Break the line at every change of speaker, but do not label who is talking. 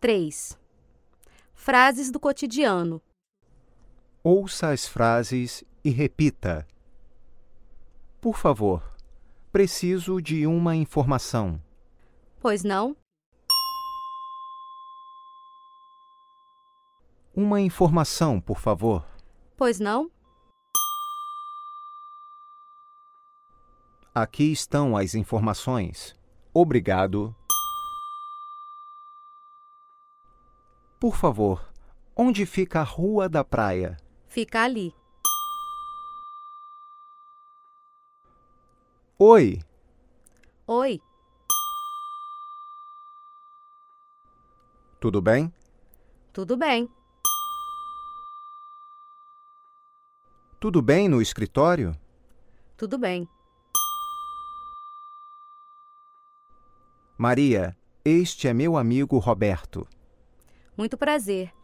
3. Frases do cotidiano.
Ouça as frases e repita. Por favor, preciso de uma informação.
Pois não?
Uma informação, por favor.
Pois não?
Aqui estão as informações. Obrigado. Por favor, onde fica a Rua da Praia?
Fica ali.
Oi,
Oi,
tudo bem?
tudo bem.
Tudo bem no escritório?
Tudo bem.
Maria, este é meu amigo Roberto.
Muito prazer.